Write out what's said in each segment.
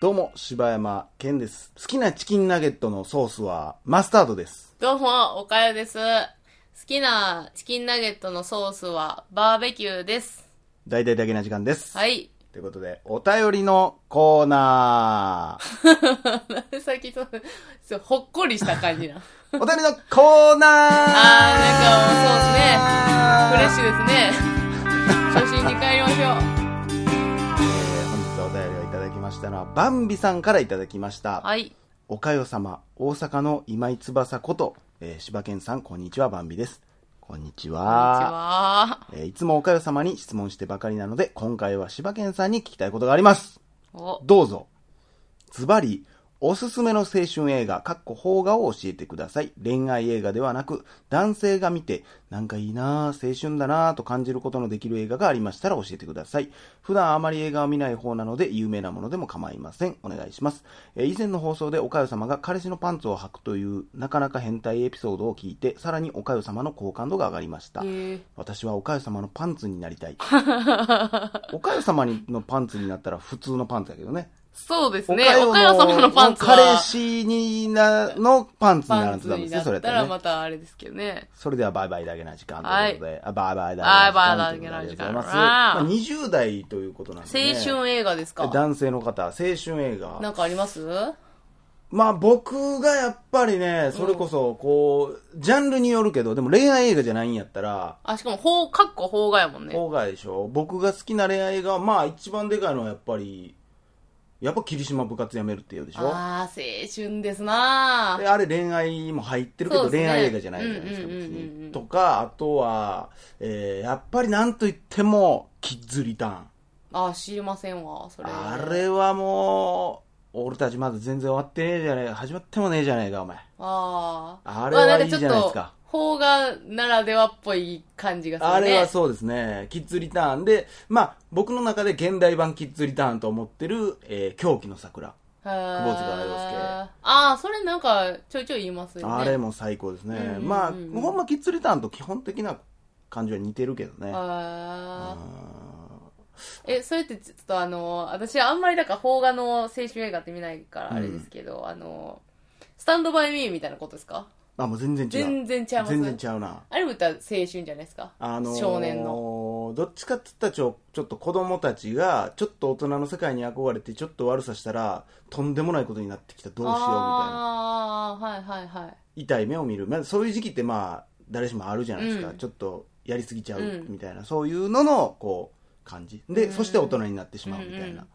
どうも、柴山健です。好きなチキンナゲットのソースはマスタードです。どうも、おかよです。好きなチキンナゲットのソースはバーベキューです。大体だけな時間です。はい。ということで、お便りのコーナさっきと、そうほっこりした感じな。 ー。お便りのコーナーあフレッシね。ュですね。初心に帰りましょえう。ー本日お便りをいただきましたのは、バンビさんからいただきました。はい。おかよ様、大阪の今井翼こと、えー、柴健さん、こんにちは、バンビです。こんにちこんにちは。は。えーいつもおかよ様に質問してばかりなので、今回は柴健さんに聞きたいことがあります。お、どうぞ。ズバリ、おすすめの青春映画、かっこ邦画を教えてください。恋愛映画ではなく、男性が見て、なんかいいなぁ、青春だなぁと感じることのできる映画がありましたら教えてください。普段あまり映画を見ない方なので、有名なものでも構いません。お願いします。えー以前の放送でおかよ様が彼氏のパンツを履くという、なかなか変態エピソードを聞いて、さらにおかよ様の好感度が上がりましたえ。ー、私はおかよ様のパンツになりた い。おかよ様のパンツになったら普通のパンツだけどね。そうですね。おかよ様のパンツは。彼氏にな、のパンツになパるンとツダメでにすね、なそれやっったたららね。またあれですけどね。それではバイバイだけな時間とはいいうことで、あバイバイだバイバイだけけなな時時間間ということでございます。まあ、20代ということなんあらで、ね。青春映画ですか。男性の方、青春映な画。んかありますまあ僕がやっぱりね、それこそ、こう、ジャンルによるけど、でも恋愛映画じゃないんやったら、あ、しかも、ほう、かっこ邦画やもんね。郊外でしょ僕が好きな恋愛がまあ一番でかいのはやっぱりやっぱ霧島部活やめるっていうでしょあああ、青春ですなあれ恋愛も入ってるけそどうです恋ね愛映画じゃないじゃないですかうんうんうんうんうん別にとかあとは、えーやっぱりなんといってもキッズリターンああ、知りませんわ、それ。あれはもう俺たちまだ全然終わってねえじゃねえ始まってもねえじゃねえかお前ああ。あれはいいじゃないですかまあんちょっと邦画ならではっぽい感じがするね。あれはそうですね。キッズリターンで、まあ、僕の中で現代版キッズリターンと思ってる、えー狂気の桜。へー久保塚洋介ああ、それなんかちょいちょい言いますよね。あれも最高ですね、うんうんうんまあほんまキッズリターンと基本的な感じは似てるけどねあーうえ、それってちょっとあの、私あんまりだから邦画の青春映画って見ないからあれですけど、あの、スタンドバイミーみたいなことですかんあもう全然違う全然ちゃいます全然違うなあれも言ったら青春じゃないですか。あのー少年の。どっちかって言ったらちょちょっと子供たちがちょっと大人の世界に憧れてちょっと悪さしたらとんでもないことになってきたどうしようみたいなああ、はいはいはい。痛い目を見る、まあ、そういう時期ってまあ誰しもあるじゃないですか、うんちょっとやりすぎちゃううんみたいな、そういうののこう感じで、うんそして大人になってしまうみたいな、うんうん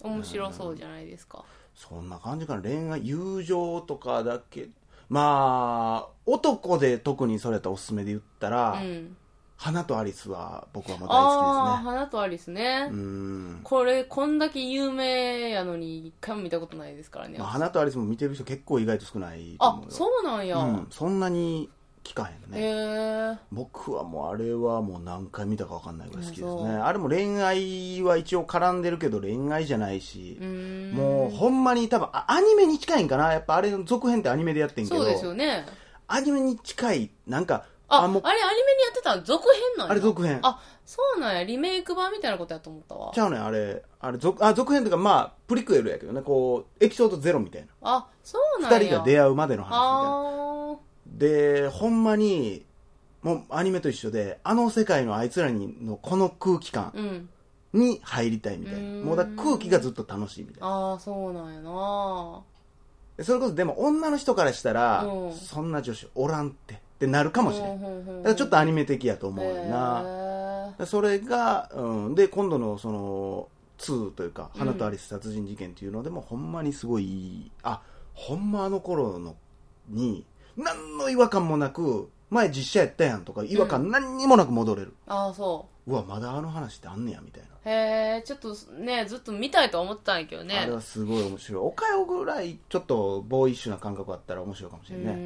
面白そうじゃないですか。そんな感じかな恋愛友情とかだけまあ男で特にそれやったらおすすめで言ったら、うん。花とアリスは僕はもう大ああー、好き花とアリスね。ですねうん、これ、こんだけ有名やのに、一回も見たことないですからね。まあ、花とアリスも見てる人結構意外と少ないとあ思う、よそうなんや。うん、そんなに聞かへんね、へえ。僕はもうあれはもう何回見たか分かんないぐらい好きですそうねあれも恋愛は一応絡んでるけど恋愛じゃないしう、ーん。もうほんまに多分あアニメに近いんかなやっぱあれの続編ってアニメでやってんけどそうですよね。アニメに近い、なんか、あ、あもう、れアニメにやってたの続編なんや。あれ続編あ、そうなんや。リメイク版みたいなことやと思ったわち。ゃうねんあれ、あれ、続、あ、続編というか、まあ、プリクエルやけどね、こう、エピソードゼロみたいあ、そうな。なん二や。人が出う会うまでの話あみたいな。で、ほんまに、もうアニメと一緒で、あの世界のあいつらにのこの空気感ー。うん。に入りたいみたいな。うーんもうだから空気がずっと楽しいみたいな。ああ、そうなんやな。でそれこそでも女の人からしたらう、んそんな女子おらんってってなるかもしれん。だん。だからちょっとアニメ的やと思うよな。な。でそれが、うん、で今度のその2というか「花とアリス殺人事件」っていうのでも、ほんまにすごいいいあほんまあの頃のに何の違和感もなく前実写やったやんとか違和感何にもなく戻れる、ああ、そうわまだあの話ってあんねやみたいな、う。へえ、ちょっとね、ずっと見たいとは思ってたんやけどね。あれはすごい面白いおかよぐらいちょっとボーイッシュな感覚あったら面白いかもしうれないね、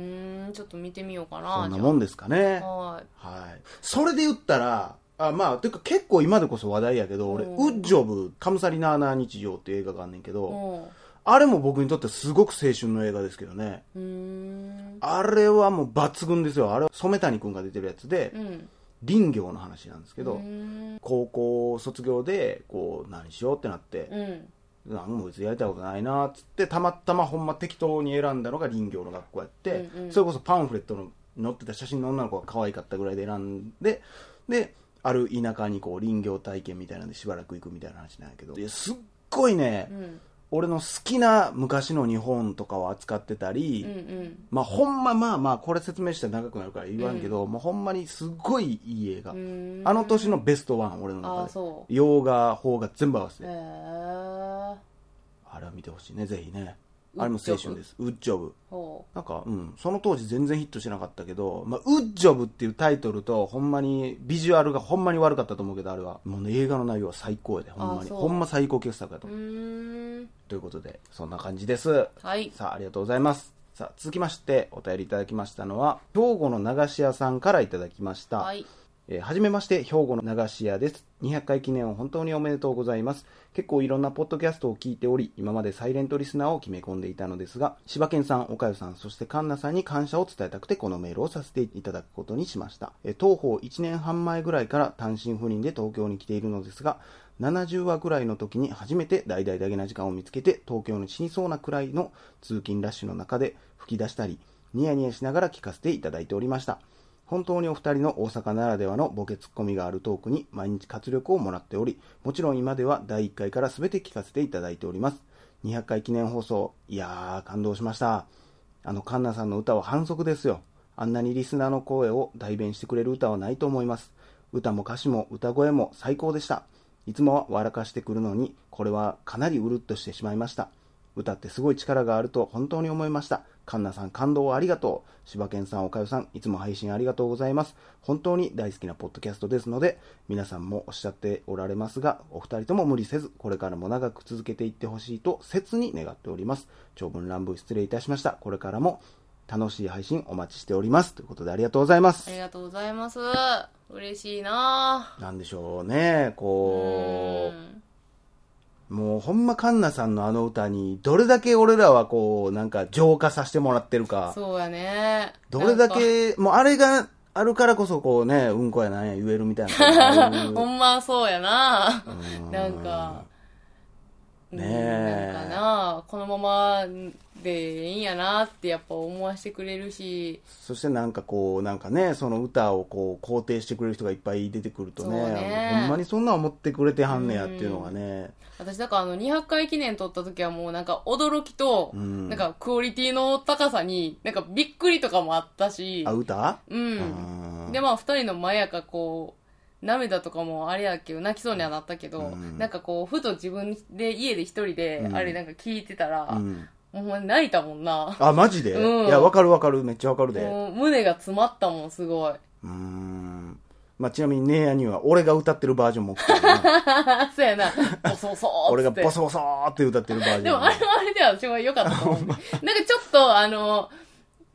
ーん、ちょっと見てみようかな。そんなもんですかねじゃあはい。はいそれで言ったらあまあ、てか結構今でこそ話題やけど俺、うんウッジョブ「カムサリナーナー日常」っていう映画があんねんけど、もあれも僕にとってすごく青春の映画ですけどね。う。うーん。あれはもう抜群ですよ。あれは染谷くんが出てるやつでう、ん。林業の話なんですけうどー、ん。高校卒業で、こう、何しようってなって、うん。なんも別にやりたいことないなっつってたまたまほんま適当に選んだのが林業の学校やって、うんうんそれこそパンフレットの載ってた写真の女の子が可愛かったぐらいで選んでである田舎にこう林業体験みたいなんでしばらく行くみたいな話なんやけどいやすっごいね、うん俺の好きな昔の日本とかを扱ってたり、うんうんまあほんままあまあこれ説明したら長くなるから言わんけど、もうほんまにすっごいいい映画、うーんあの年のベストワン俺のあ中あでそう洋画邦画全部合わせへて、えあれは見てほしいねぜひねウッジあョブれも青春ですウッジョブほなんか、うん、その当時全然ヒットしなかったけど、まあ、ウッジョブっていうタイトルとほんまにビジュアルがほんまに悪かったと思うけどあれはもう、ね、映画の内容は最高やでほんまあにそうほんま最高傑作やとうう思う、ーんということでそんな感じですはいさあ、ありがとうございます。さあ、続きまして、お便りいただきましたのは、兵庫の流し屋さんからいただきました。はいえーはじめまして、兵庫の流し屋です。200回記念を本当におめでとうございます。結構いろんなポッドキャストを聞いており、今までサイレントリスナーを決め込んでいたのですが、柴犬さん、岡代さん、そして環奈さんに感謝を伝えたくて、このメールをさせていただくことにしました。えー当方1年半前ぐらいから単身赴任で東京に来ているのですが、70話ぐらいの時に初めて大々だげな時間を見つけて、東京に死にそうなくらいの通勤ラッシュの中で吹き出したり、ニヤニヤしながら聞かせていただいておりました。本当にお二人の大阪ならではのボケツッコミがあるトークに毎日活力をもらっており、もちろん今では第1回から全て聞かせていただいております。200回記念放送、いやー、感動しました。あの、カンナさんの歌は反則ですよ。あんなにリスナーの声を代弁してくれる歌はないと思います。歌も歌詞も歌声も最高でした。いつもは笑かしてくるのに、これはかなりうるっとしてしまいました。歌ってすごい力があると本当に思いました。カンナさん感動をありがとう。柴犬さん、おかよさん、いつも配信ありがとうございます。本当に大好きなポッドキャストですので、皆さんもおっしゃっておられますが、お二人とも無理せず、これからも長く続けていってほしいと切に願っております。長文乱文失礼いたしました。これからも楽しい配信お待ちしております。ということでありがとうございまあすり。がとうございます嬉しいななんでしょうね、うこう。ーんもうほんまカンナさんのあの歌にどれだけ俺らはこうなんか浄化させてもらってるかそうやねどれだなんかけもうあれがあるからこそこうねうんこやなんや言えるみたい なほんまそうやなうんなんかねえうんなんかなこのままでいいんやなってやっぱ思わせてくれるしそしてなんかこうなんかねその歌をこう肯定してくれる人がいっぱい出てくるとねそうねほんまにそんなん思ってくれてはんねやっていうのがね私だからあの200回記念撮った時はもうなんか驚きと、うんなんかクオリティの高さになんかびっくりとかもあったしあ歌うんあーでまあ2人の前やからこう涙とかもあれやけど泣きそうにはなったけど、うんなんかこうふと自分で家で一人でうんあれなんか聞いてたら、うんもうほんまに泣いたもんなあマジで、うんいやわかるわかるめっちゃわかるでもう胸が詰まったもんすごいうーん。まあ、ちなみにネイヤには俺が歌ってるバージョンも来て るなそう やなボソボソーっつって俺がボソボソーって歌ってるバージョン。でもあれはあれではすごい良かった と思う。なんかちょっとあの、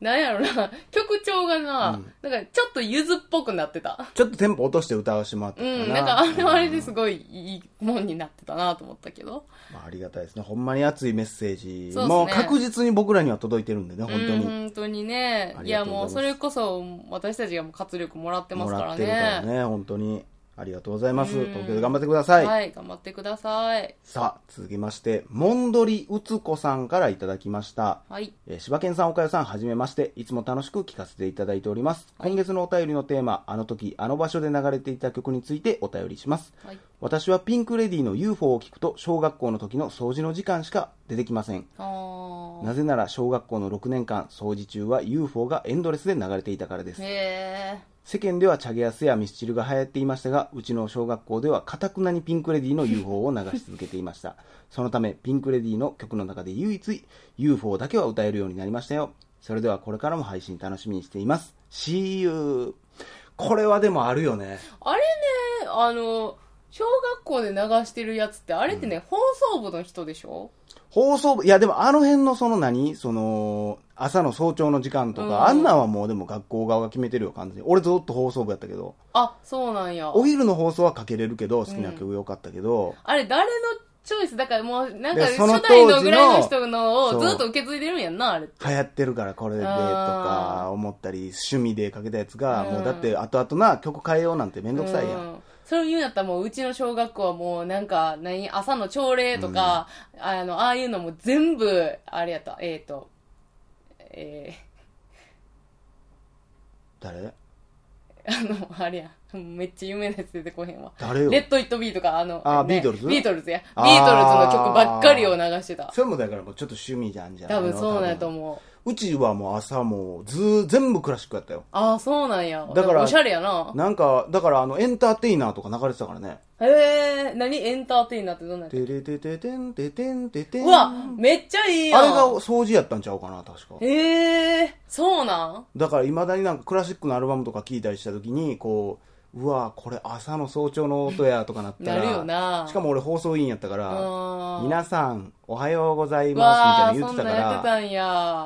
なんやろな、曲調がな、なんかちょっとゆずっぽくなってた。ちょっとテンポ落として歌わしてもらったうかな。ん、なんかあれはあれですごいいいもんになってたなと思ったけど。まあ、ありがたいですね。ほんまに熱いメッセージ。そうっすねもう確実に僕らには届いてるんでね、本当うんに。本当にねあ。いりがやとうございますもうそれこそ私たちがもう活力もらってまもすかららってね。るからね、本当に。ありがとうございます。うん東京で頑張ってください。はい、頑張ってください。さあ、続きまして、モンドリうつこさんからいただきました。はい。えー柴犬さん、岡谷さん、はじめまして。いつも楽しく聞かせていただいております。今月のお便りのテーマ、あの時、あの場所で流れていた曲についてお便りします。はい。私はピンクレディの UFO を聞くと、小学校の時の掃除の時間しか出てきません。あーなぜなら、小学校の6年間、掃除中は UFO がエンドレスで流れていたからです。へ世間ではチャゲアスやミスチルが流行っていましたが、うちの小学校ではカタクナにピンクレディの UFO を流し続けていました。そのため、ピンクレディの曲の中で唯一 UFO だけは歌えるようになりましたよ。それではこれからも配信楽しみにしています。See you! これはでもあるよね。ーあれね、あの、小学校で流してるやつって、あれってね、放送部の人でしょ放送部、いやでもあの辺のその何その、朝の早朝の時間とか、うんあんなんはもうでも学校側が決めてるよ、完全に。俺ずっと放送部やったけど、あ、そうなんや。お昼の放送はかけれるけど、好きな曲良かったけど、あれ、誰のチョイスだからもう、なんか、でその初代当時ののぐらいの人のそをうずっと受け継いでるんやんな、あれ。流行ってるからこれでとか思ったり趣味でかけたやつがうんもうだって後々な曲変えようなんてめんどくさいやうんんそれを言うんやったらもう、うちの小学校はもう、なんか、何、朝の朝礼とか、あの、ああいうのも全部、あれやった、えっ、ー、と、え誰ー、 あの、あれや、めっちゃ有名なやつ出てこへんわ。誰よレッド・イット・ビーとか、あの、あービートルズビートルズや。ビあーートルズの曲ばっかりを流してた。それもだからもうちょっと趣味なんじゃない多の分そうなんやと思う。うちはもう朝もうずー全部クラシックやったよああ、そうなんや。だからおしゃれやな。なんかだからあのエンターテイナーとか流れてたからねへえ、何エンターテイナーってどんなんやったてれてててんててんててんうわ、めっちゃいいやん。あれが掃除やったんちゃうかな確かへえ、そうなんだからいまだになんかクラシックのアルバムとか聞いたりした時にこううわこれ朝の早朝の音やとかなったならるよな。しかも、も俺放送委員やったからあ皆さんおはようございーますみたいなの言わーっそてたんなんかやってたらん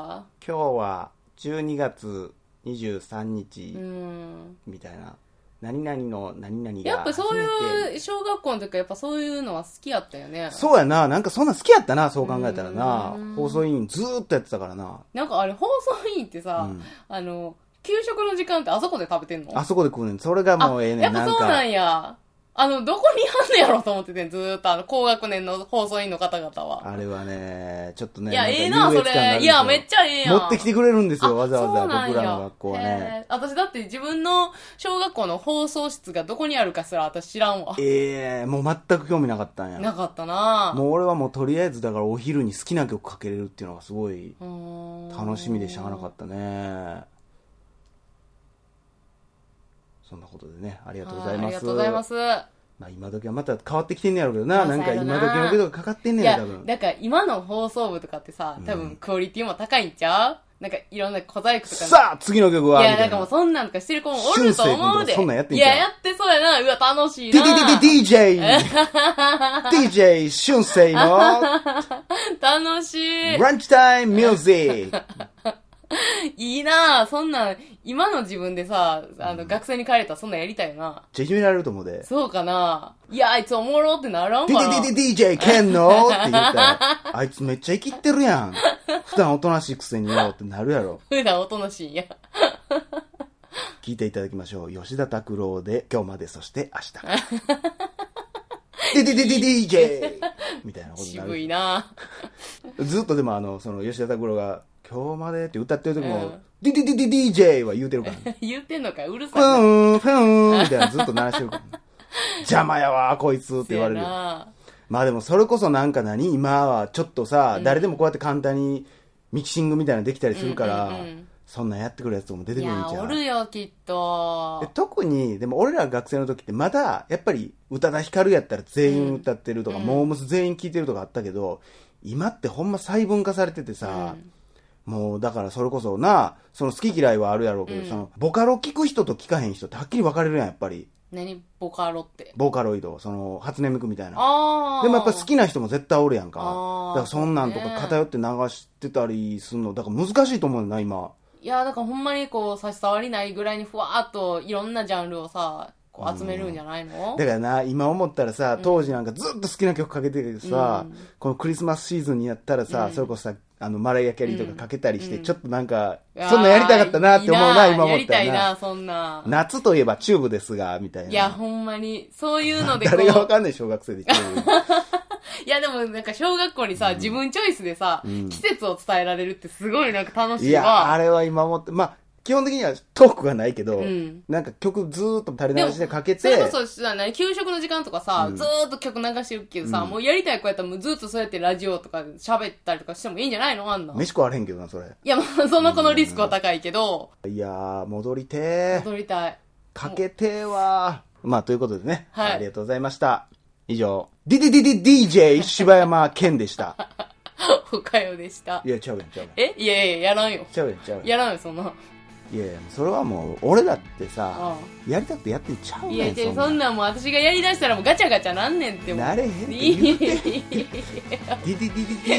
や。今日は12月23日うん。みたいな、何々の何々がやっぱそう初めていう、小学校の時はやっぱそういうのは好きやったよね。そうやななんかそんなん好きやったなそう考えたらなうん放送委員ずーっとやってたからな、なんかあれ、放送委員ってうさ、ん、あの、給食の時間ってあそこで食べてんのあそこで食うねんそれがもうええねやんっぱなんそうかなんや。あの、どこにあんのやろうと思っててん、ずーっと、あの、高学年の放送委員の方々は。あれはねちょっとねいや、んかええな、優そ越感があるんれ。でいすよや、めっちゃええやん。持ってきてくれるんですよわざわあそうなざんや僕らの学校はねへえ私だって自分の小学校の放送室がどこにあるかすら私知らんわ。ええもう全く興味なかったんやなかったなもう俺はもうとりあえずだからお昼に好きな曲かけれるっていうのがすごいうーん楽しみでしゃがなかったねそんなことでねありがとうございますありがとうございます。まあ今時はまた変わってきてんねやろうけどな、まなあんかそうやろ今な時のことがかかってんねいややろ、多分、。だから今の放送部とかってさ、多うん分クオリティも高いんちゃうなんかいろんな小細工とか。さあ、次の曲は、いみや、たないんかもうな。そんなんとかしてる子もおると思うで。俊介君とかそんなんやってんいちゃうや、やってそうやな。うわ、楽しいディな。ディディディ DJ! DJ 俊生 の楽しい。ランチタイムミュージックいいなそんなん、今の自分でさ、あの、学生に帰れたらそんなんやりたいよな。じゃあいじめられると思うで。そうかないや、あいつおもろってならんデかなィディディディ DJ ケンのって言った ら、あいつめっちゃ生きってるやん。普段おとなしいくせによってなるやろ。普段おとなしいんや。聞いていただきましょう。吉田拓郎で、今日まで、そして明日。ディデ ィディディ DJ! みたいなことになる渋。いな ずっとでもあの、その吉田拓郎が、今日までって歌ってる時うもん、ディディディディ DJ は言うてる から、ね、言ってんのかようるふさいな。ーん、ふーん、みたいなずっと鳴らしてるから、ね、邪魔やわ、こいつって言われるせやよ。なまあでもそれこそなんか何今はちょっとさ、誰でもこうやって簡単にミキシングみたいなのできたりするから、うんうんうんそんなんやってくるやつとかも出ていくるんや、じゃおんるよ、きっとで。特に、でも俺ら学生の時ってまだ、やっぱり宇多田ヒカルやったら全員歌ってるとか、うんモームス全員聴いてるとかあったけど、今ってほんま細分化されててさ、もうだからそれこそな、その好き嫌いはあるやろうけど、うんそのボカロ聞く人と聞かへん人ってはっきり分かれるやん、やっぱり。何ボカロって。ボーカロイド、その初音ミクみたいな。ああ。でもやっぱ好きな人も絶対おるやんか。だあーからそんなんとか偏って流してたりするの、だから難しいと思うよな、今。いや、だからほんまにこう、差し障りないぐらいにふわーっといろんなジャンルをさ、こう集めるんじゃないのだからな、今思ったらさ、当時なんかずっと好きな曲かけてるけどさ、うんこのクリスマスシーズンにやったらさ、それこそさ、あの、マライア・キャリーとかかけたりして、うんちょっとなんか、いやーそんなんやりたかったなって思うな、いい今思やっりたたらいな。な、そんな。夏といえばチューブですが、みたいな。いや、ほんまに、そういうのでこう、 誰がわかんない小学生でチュー ブ。いやでもなんか小学校にさ、自分チョイスでさ、季節を伝えられるってすごいなんか楽しいいわ。や、あれは今思って、まあ、基本的にはトークがないけど、うんなんか曲ずーっと垂れ流しでかけそれてこ、そさ、何給食の時間とかさ、ずーっと曲流してるけどさ、もうやりたい子やったらもうずっとそうやってラジオとかで喋ったりとかしてもいいんじゃないのあんな。い飯食われへんけどな、それ。や、まあ、その子のリスクは高いけど、いやー、戻りてー。踊りたい。かけてーわー。まあ、ということでね、はいありがとうございました。以上、ディディディディ DJ 柴山健でした。 おかよでしたい。や、ちゃうやん、ちゃうやん。えいやいや、やらんよ。ちゃうやん、ちゃうややらんよ、そんな。ん。いやいや、それはもう、俺だってさ、あやりたくてやってんちゃうあいや、ねん、でそんそなんんなんもう私がやりだしたらもうガチャガチャなんねんってもう。なれへんってい言うて、デい。 ィディディデ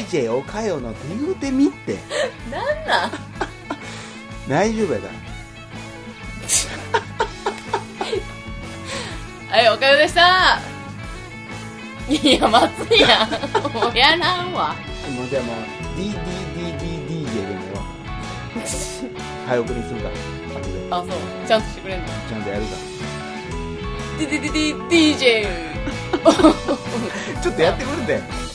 ィ DJ おかよのって言うてみって。なんなん大丈夫やから。はい、おかよでしたいや、松井やん。もうやらんわ。もうじゃあもう、ディディディディ DJ でもよ。 早送りにするから、後で。あ、そう。ちゃんとしてくれんのちゃんとやるかデら。ィディディディ DJ! ちょっとやってくれて。